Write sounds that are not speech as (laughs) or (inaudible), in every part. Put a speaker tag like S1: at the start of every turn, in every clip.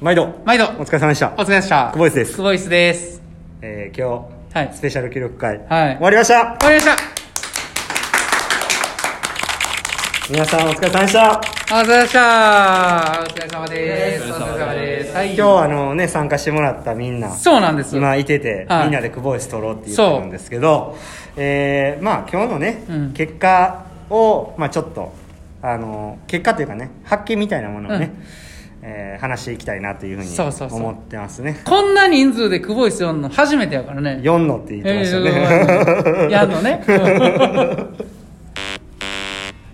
S1: 毎度
S2: 毎度
S1: お疲れ様でした
S2: お疲れ様でした
S1: 久保井です
S2: 久保井です
S1: えー、今日、
S2: はい
S1: スペシャル記録会、
S2: はい
S1: 終わりました
S2: 終わりました
S1: 皆さんお疲れ様でした
S2: お疲れ様でしたお疲れ様ですお疲れ様ですはい
S1: 今日あのね参加してもらったみんな
S2: そうなんです
S1: 今いてて、
S2: はい
S1: みんなで久保イス取ろうって言ってたんですけど、えー、まあ今日のね、
S2: うん
S1: 結果を、まあ、ちょっとあの結果というかね発見みたいなものをね、えー話していきたいなというふうに
S2: そうそうそう
S1: 思ってますね
S2: こんな人数で久保井するの初めてやからね
S1: 4のって言ってました
S2: えー
S1: ね、
S2: やんのね (laughs)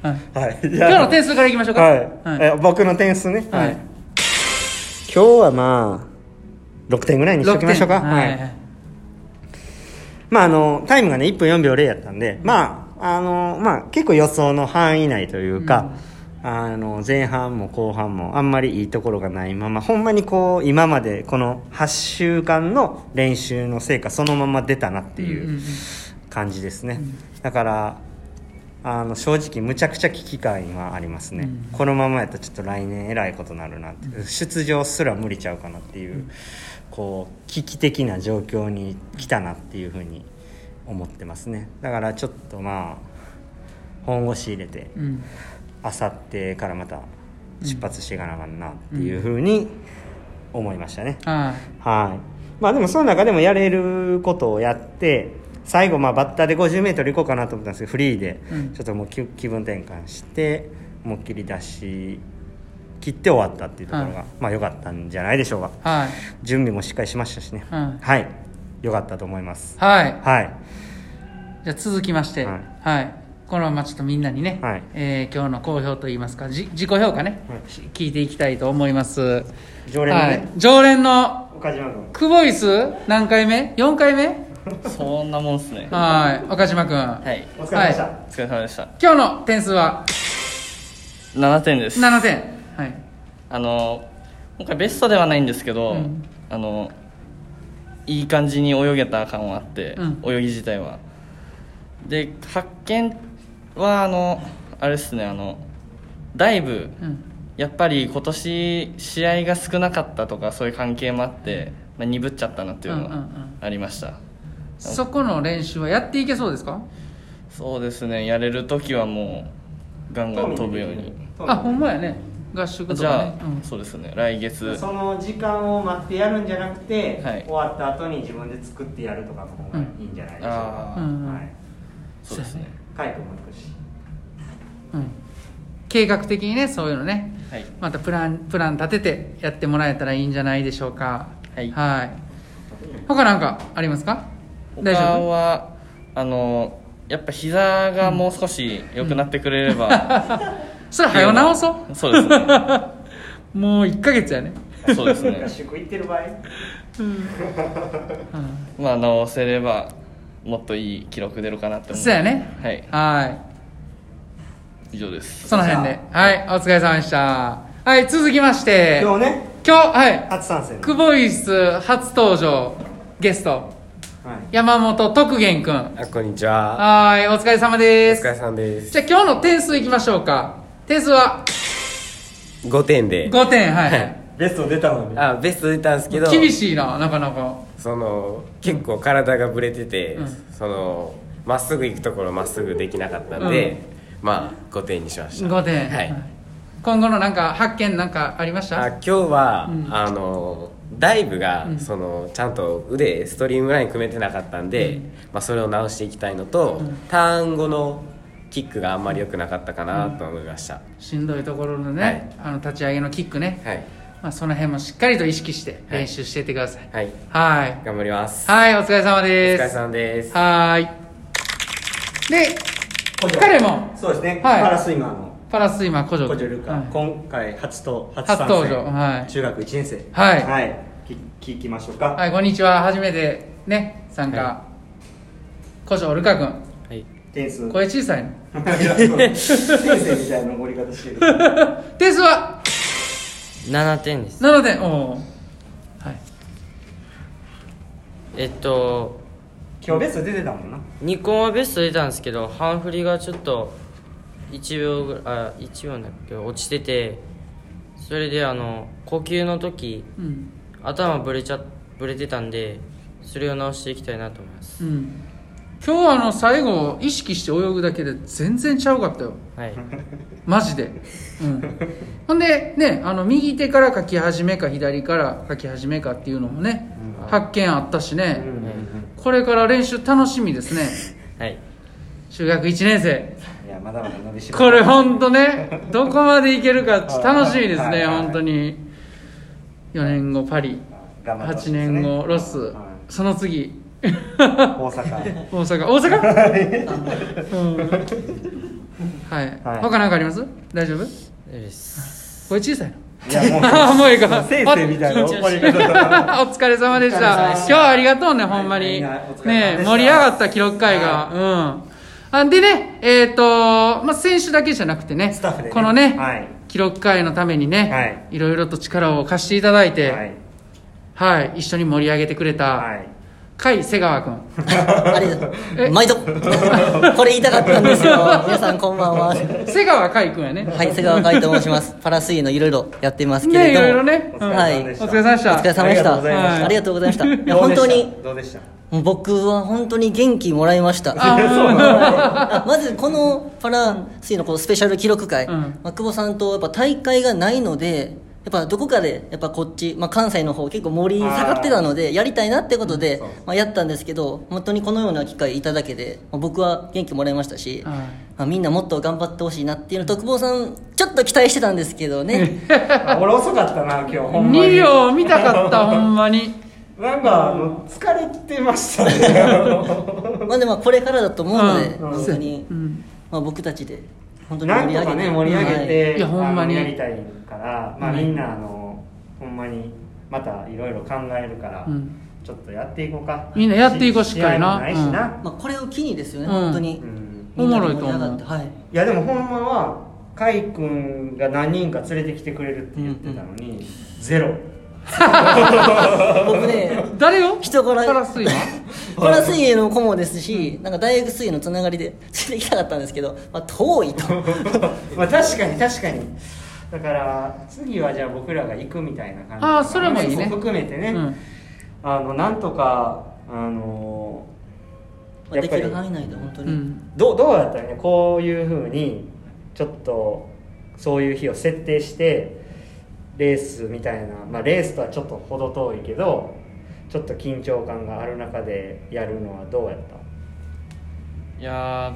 S2: はい
S1: (laughs) はい、
S2: 今日の点数からいきましょうか
S1: はい、
S2: は
S1: え僕の点数ね、
S2: は
S1: はいい、今日はまあ6点ぐらいにしときましょうか
S2: 六点は
S1: はいい、まああのタイムがね1分4秒0やったんで、まああのまあ結構予想の範囲内というか、あの前半も後半もあんまりいいところがないままほんまにこう今までこの8週間の練習の成果そのまま出たなっていう、
S2: うんうんうん
S1: 感じですね、だからあの正直むちゃくちゃ危機感はありますね、
S2: うん
S1: このままやったらちょっと来年えらいことになるなって、出場すら無理ちゃうかなっていう、こう危機的な状況に来たなっていうふうに思ってますねだからちょっとまあ本腰入れて
S2: うん
S1: あさってからまた出発していかなあかんなっていうふうに思いましたね、
S2: は
S1: はい。まあでもその中でもやれることをやって、最後まあバッターで50メートル行こうかなと思ったんですけど、フリーで
S2: うん、
S1: ちょっともうき気分転換して、思いっきり出し、切って終わったっていうところが、
S2: はい
S1: まあ良かったんじゃないでしょうか。
S2: いはい
S1: 準備もしっかりしましたしね。
S2: はい
S1: はい。良かったと思います。
S2: はい
S1: はい。
S2: じゃあ続きまして、
S1: は
S2: はいいこのままちょっとみんなにね、
S1: はい
S2: えー今日の好評といいますかじ自己評価ね、
S1: はい
S2: し聞いていきたいと思います
S1: 常連の
S2: は
S1: ね
S2: い、常連の
S1: 岡島君。
S2: 久保イス何回目 ?4 回目
S3: そんなもんっ
S2: (laughs)
S3: すね。は
S2: はい岡島君、はい、
S3: い。
S1: お疲れ様でした。
S2: は
S3: お疲れ様でした。
S2: 今日の点数は
S3: 7点です。
S2: 7点はい
S3: あの、今回ベストではないんですけ
S2: う
S3: ど、
S2: ん
S3: あの、いい感じに泳げた感はあって、
S2: うん
S3: 泳ぎ自体は。で、発見は、あの、あれっすね、あの、だいぶ、
S2: うん
S3: やっぱり今年試合が少なかったとかそういう関係もあって、まあ、鈍っちゃったなっていうの
S2: うんうんう
S3: は
S2: ん
S3: ありました、
S2: そこの練習はやっていけそうですか
S3: そうですねやれる時はもうガンガン飛ぶように
S2: あほんまやね合宿と
S3: じ
S2: か
S3: ゃあ
S2: ね、うん
S3: そうですね来月
S1: その時間を待ってやるんじゃなくて、
S3: はい
S1: 終わった後に自分で作ってやるとかの方がいいんじゃないでしょうか、
S3: あ
S2: うん
S1: はい
S3: そうですね
S1: カイ君も行くし
S2: うん、計画的にねそういうのね
S3: はい
S2: またプランプラン立ててやってもらえたらいいんじゃないでしょうか
S3: はい
S2: 他なんかありますか
S3: 他
S2: 大丈夫
S3: はあのやっぱ膝がもう少し良くなってくれれ
S2: (laughs)
S3: ば、
S2: それはよ直そ
S3: そうですね
S2: うもう1ヶ月やね、
S3: そうです
S1: 合
S3: ね
S1: 宿行ってる場合
S2: うん、
S3: まあ直せればもっといい記録出るかなって思う
S2: そうやね
S3: はい
S2: はい
S3: 以上です
S2: その辺ではいお疲れ様でしたはい続きまして
S1: 今日ね
S2: 今日はい
S1: 初参戦
S2: 久保イス初登場ゲスト
S1: はい
S2: 山本徳元くん
S4: あこんにちは。
S2: はいお疲れ様
S4: お
S2: です
S4: 疲れさんです。
S2: じゃあ今日の点数いきましょうか点数は
S4: 5点で。
S2: 5点はい、
S1: ベスト出たのに
S4: あベスト出たんですけど、
S2: 厳しいななかなか
S4: その結構体がぶれてて、
S2: うん
S4: そのまっすぐ行くところまっすぐできなかったんで、まあ5点にしました。
S2: 5点、
S4: はい。
S2: 今後のなんか発見なんかありまし
S4: あ
S2: た
S4: 今日は、
S2: うん
S4: あのダイブが、
S2: うん
S4: そのちゃんと腕ストリームライン組めてなかったんで、
S2: うん
S4: まあそれを直していきたいのと、
S2: うん
S4: ターン後のキックがあんまり良くなかったかなと思いました。
S2: しんどいところのね、
S4: はい
S2: あの立ち上げのキックね、
S4: はい
S2: まあ、その辺もしっかりと意識して練習していってください
S4: はい
S2: はいはい、
S4: 頑張ります。
S2: お疲れ様
S4: お疲
S2: で
S4: れ
S2: す
S4: さんです。
S2: はいで彼も
S1: そうですね、
S2: はい
S1: パラスイマーの
S2: パラスイマー古城
S1: 小女ルカ、
S2: はい
S1: 今回初と初
S2: 初
S1: 参戦
S2: 登場はい
S1: 中学1年生
S2: はい
S1: はい、き聞きましょうか、
S2: はい、こんにちは初めてね参加、
S4: は
S2: 古城ルカ君
S4: はい。
S1: 点数
S2: 声小さいの
S1: (laughs) 先生みたいな登り方して
S2: (laughs)
S1: る
S2: 点数は
S5: 7点です
S2: 7点おおはい
S5: えっと
S1: 今日ベスト出てたもんな
S5: 2コンはベスト出たんですけど半振りがちょっと1秒ぐらいあ1秒だっけ落ちててそれであの呼吸の時
S2: うん
S5: 頭ぶれちゃぶれてたんでそれを直していきたいなと思います
S2: うん今日はあの最後意識して泳ぐだけで全然ちゃうかったよ
S6: (laughs)
S5: はい
S2: マジで、うん、 (laughs) ほんでねあの右手から書き始めか左から書き始めかっていうのもね、発見あったしね、これから練習楽しみですね
S5: (laughs) はい
S2: 中学1年生
S1: いやまだまだ伸びしろ
S2: これ本当ねどこまでいけるか楽しみですね本当に4年後パリ
S1: 頑張ってほし
S2: 8
S1: いですね
S2: 年後ロス
S1: は
S2: その
S1: (laughs)
S2: 次
S1: い大
S2: (laughs)
S1: 阪
S2: 大阪大阪、うんはい、
S1: はい
S2: 他何かあります大丈夫
S5: 大丈夫です
S2: これ小さいの
S1: いやもう
S2: あ (laughs) もういいか
S1: 先生みたい
S2: (laughs)
S1: な怒り方だ
S2: あお疲れ様でした。今日はありがとうね、ほんま
S1: い
S2: に。
S1: やい
S2: ね
S1: やお疲れ様でした
S2: え盛り上がった記録会が。うん。あでね、えっ、と、まあ、選手だけじゃなくてね、
S1: スタッフでね
S2: このね、
S1: はい
S2: 記録会のためにね、、
S1: はい
S2: ろいろと力を貸していただいて、は、
S1: はいい
S2: 一緒に盛り上げてくれた、 (laughs)
S1: はい
S2: 甲斐瀬川君。
S6: ありがとう。毎度。 (laughs) これ言いたかったんですよ。皆さんこんばんは。は
S2: 瀬川甲斐君やね。
S6: い、瀬川海と申します。パラ水泳のいろいろやってますけ
S2: ね、
S6: れ
S2: い
S6: ども。
S2: ろいろね、うん
S6: はい
S2: お疲れ様でし
S6: お
S2: た。
S6: 疲れ様でした。
S2: はい
S6: ありがとうご
S2: (laughs)
S6: ざいました。いや
S1: どう
S6: 本
S1: でした
S6: 当に、
S1: どうでした
S6: もう僕は本当に元気もらいま
S1: (laughs)
S6: し
S2: あ
S6: た。はいまずこのパラ水泳のこのスペシャル記録会、
S2: うん
S6: まあ、久保さんとやっぱ大会がないのでやっぱどこかでやっぱこっち、まあ、関西の方結構盛り下がってたのでやりたいなってことで、まあ、やったんですけど本当にこのような機会いただけて、まあ、僕は元気もらいましたし、
S2: はい
S6: まあ、みんなもっと頑張ってほしいなっていうのと久保さんちょっと期待してたんですけどね
S2: (laughs)
S1: あ俺遅かったな今日ほんまに
S2: 2秒見たかった、ほんまに。
S1: なんかあの疲れてましたね
S6: まあでもこれからだと思うので、
S2: うん
S6: 本当に、
S2: うん
S6: まあ、僕たちで本当に
S1: な
S6: (laughs) 盛
S1: ん
S6: り上
S1: と
S6: げ
S1: か
S6: て
S1: ね盛り上げ
S6: はい
S1: て、
S2: いやほんまに
S1: あのやりたいから、まあ、みんなあの、ほんまにまたいろいろ考えるから、
S2: うん
S1: ちょっとやっていこうか
S2: みんなやっていこうしっかり
S1: 試合も
S2: な
S1: ないしな、
S6: まあ、これを機にですよね、
S2: うん
S6: 本当に、
S1: うん
S6: みんなで盛り上が
S2: おもろいと思
S6: っ
S2: う
S6: ては
S1: い
S6: い
S1: やでもほんまはカイ君が何人か連れてきてくれるって言ってたのに、ゼロ
S6: 僕ね
S2: 誰よ
S6: 人柄
S2: カラスイ
S6: (laughs)
S2: は
S6: パラ水泳の顧問ですしなんか大学水泳のつながりでついていきたかったんですけど、まあ、遠いと
S1: (laughs) まあ確かに確かにだから次はじゃあ僕らが行くみたいな感じ
S2: あーそれもいいね
S1: まあ含めてね、
S2: うん
S1: あのなんとかあの
S6: まあできる範囲内で本当
S2: う
S6: に、
S2: ん
S1: どうどうだったらねこういうふうにちょっとそういう日を設定してレースみたいな、まあ、レースとはちょっと程遠いけどちょっと緊張感がある中でやるのはどうやった
S3: いや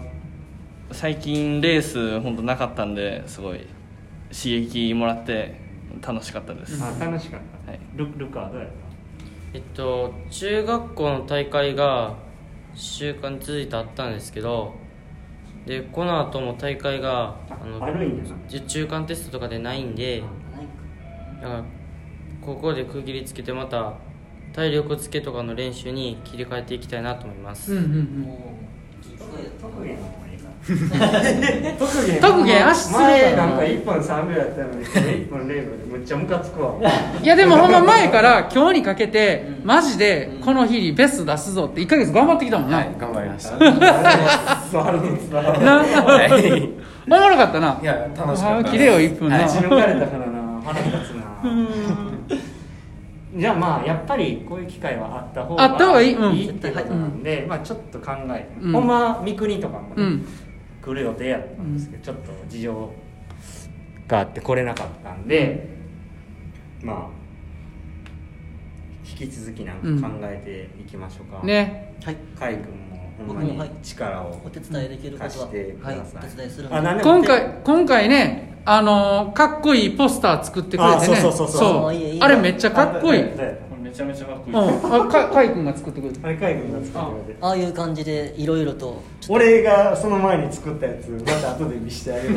S3: ー最近レース本当なかったんですごい刺激もらって楽しかったです、
S1: あ楽しかった、
S3: はい
S1: ルルカはどうやっ
S5: えっと中学校の大会が1週間続いてあったんですけどでこの後も大会が
S1: た
S5: あ
S1: あるんやな
S5: 中間テストとかでないんでだからここで区切りつけてまた体力つけとかの練習に切り替えていきたいなと思いま
S2: う
S5: す、
S2: んうん
S1: 特技の方がいいな特技
S2: 特技足するからな
S1: 前なんか1分3秒やったのに1分0秒でむっちゃムカつくわ
S2: うんいやでもほんま前から今日にかけてマジでこの日にベスト出すぞって1ヶ月頑張ってきたもんな
S4: 頑張りました
S1: 座るの座る
S2: な
S4: はい
S2: (laughs) おもろかったない
S4: や楽しかったです
S2: 切れよ1分な
S1: 打ち抜かれたからな (laughs) 腹立つなじゃあまあやっぱりこういう機会はあった方が
S2: あった方がいいうん
S1: いいってことなんで、まあ、ちょっと考えて、
S2: うん
S1: ほんま三国とかも、ね
S2: うん
S1: 来る予定やったんですけど、ちょっと事情があって来れなかったんで、まあ引き続きなんか考えていきましょうか、
S2: ね
S6: はい
S1: カイ君もほんま
S6: 僕もはい
S1: に力を
S6: お手伝いできることは
S1: 貸してください、
S6: はいお手伝いするので
S1: あ何でも
S2: 今回今回ねあのーかっこいいポスター作ってくれてね
S1: あそうそうそうそう
S6: あいいよいいよ
S2: あれめっちゃかっこいい
S1: あどうやっ
S3: これめちゃめちゃかっこいい
S2: うんあかかいくんが作ってくれた
S1: たあれカイ君が作ってくれて
S6: ああいう感じでいろいろと
S1: 俺がその前に作ったやつまた後で見してあげ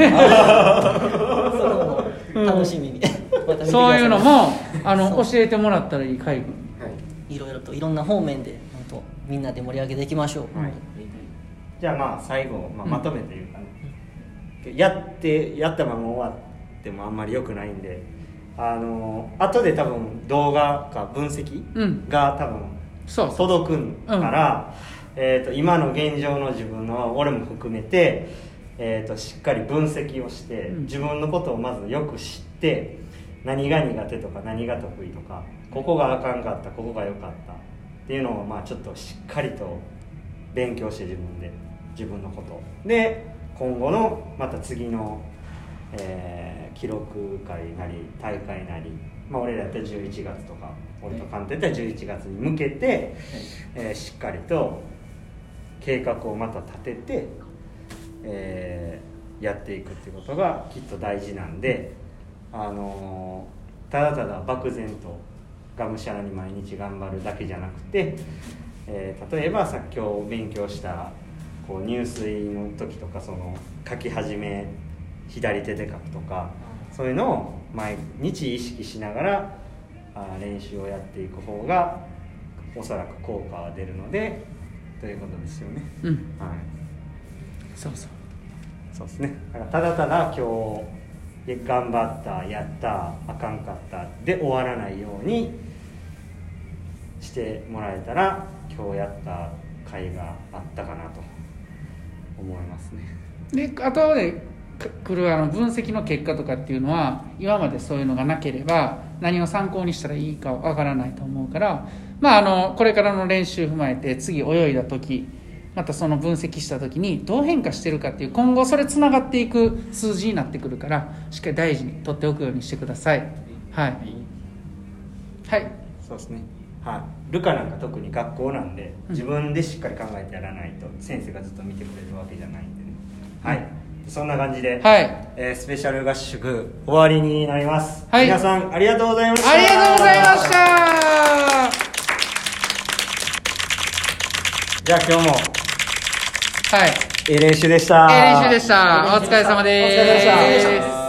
S1: る
S6: 楽しみに、 (laughs) また見てくださ
S2: そういうのもあの教えてもらったらいいかいくん
S6: いろいろといろんな方面で本当みんなで盛り上げていきましょう、
S1: はいじゃあまあ最後、まあ、まとめというかね、やってやったまま終わってもあんまり良くないんであの後で多分動画か分析
S2: うん
S1: が多分
S2: そうそう
S1: 届くから、えー、と今の現状の自分の俺も含めて、えー、としっかり分析をして、
S2: うん
S1: 自分のことをまずよく知って何が苦手とか何が得意とかここがあかんかったここが良かったっていうのをまあちょっとしっかりと勉強して自分で自分のことをで今後のまた次の、えー記録会なり大会なり、まあ、俺らやったら11月とか俺と勘太やったら11月に向けて、えーしっかりと計画をまた立てて、えーやっていくっていうことがきっと大事なんで、あのーただただ漠然とがむしゃらに毎日頑張るだけじゃなくて、えー例えばさっき今日勉強したこう入水の時とかその書き始め左手で書くとかそういうのを毎日意識しながらあー練習をやっていく方がおそらく効果は出るのでということですよね。
S2: うん
S1: はい
S2: そうそう
S1: そうですねだからただただ今日で頑張ったやったあかんかったで終わらないようにしてもらえたら今日やった甲斐があったかなと思いますね
S2: であとはねく来るあの分析の結果とかっていうのは今までそういうのがなければ何を参考にしたらいいかわからないと思うから、まあ、あのこれからの練習踏まえて次泳いだ時またその分析した時にどう変化してるかっていう今後それつながっていく数字になってくるからしっかり大事に取っておくようにしてくださいはいはい
S1: そうですねはいルカなんか特に学校なんで自分でしっかり考えてやらないと先生がずっと見てくれるわけじゃないんでねはいそんな感じで、
S2: はい
S1: えースペシャル合宿終わりになります、
S2: はい
S1: 皆さんありがとうございました
S2: ありがとうございました
S1: じゃあ今日も
S2: はい
S1: ええ練習でした。
S2: ええ練習でしたお疲れ様です
S1: お疲れ様でした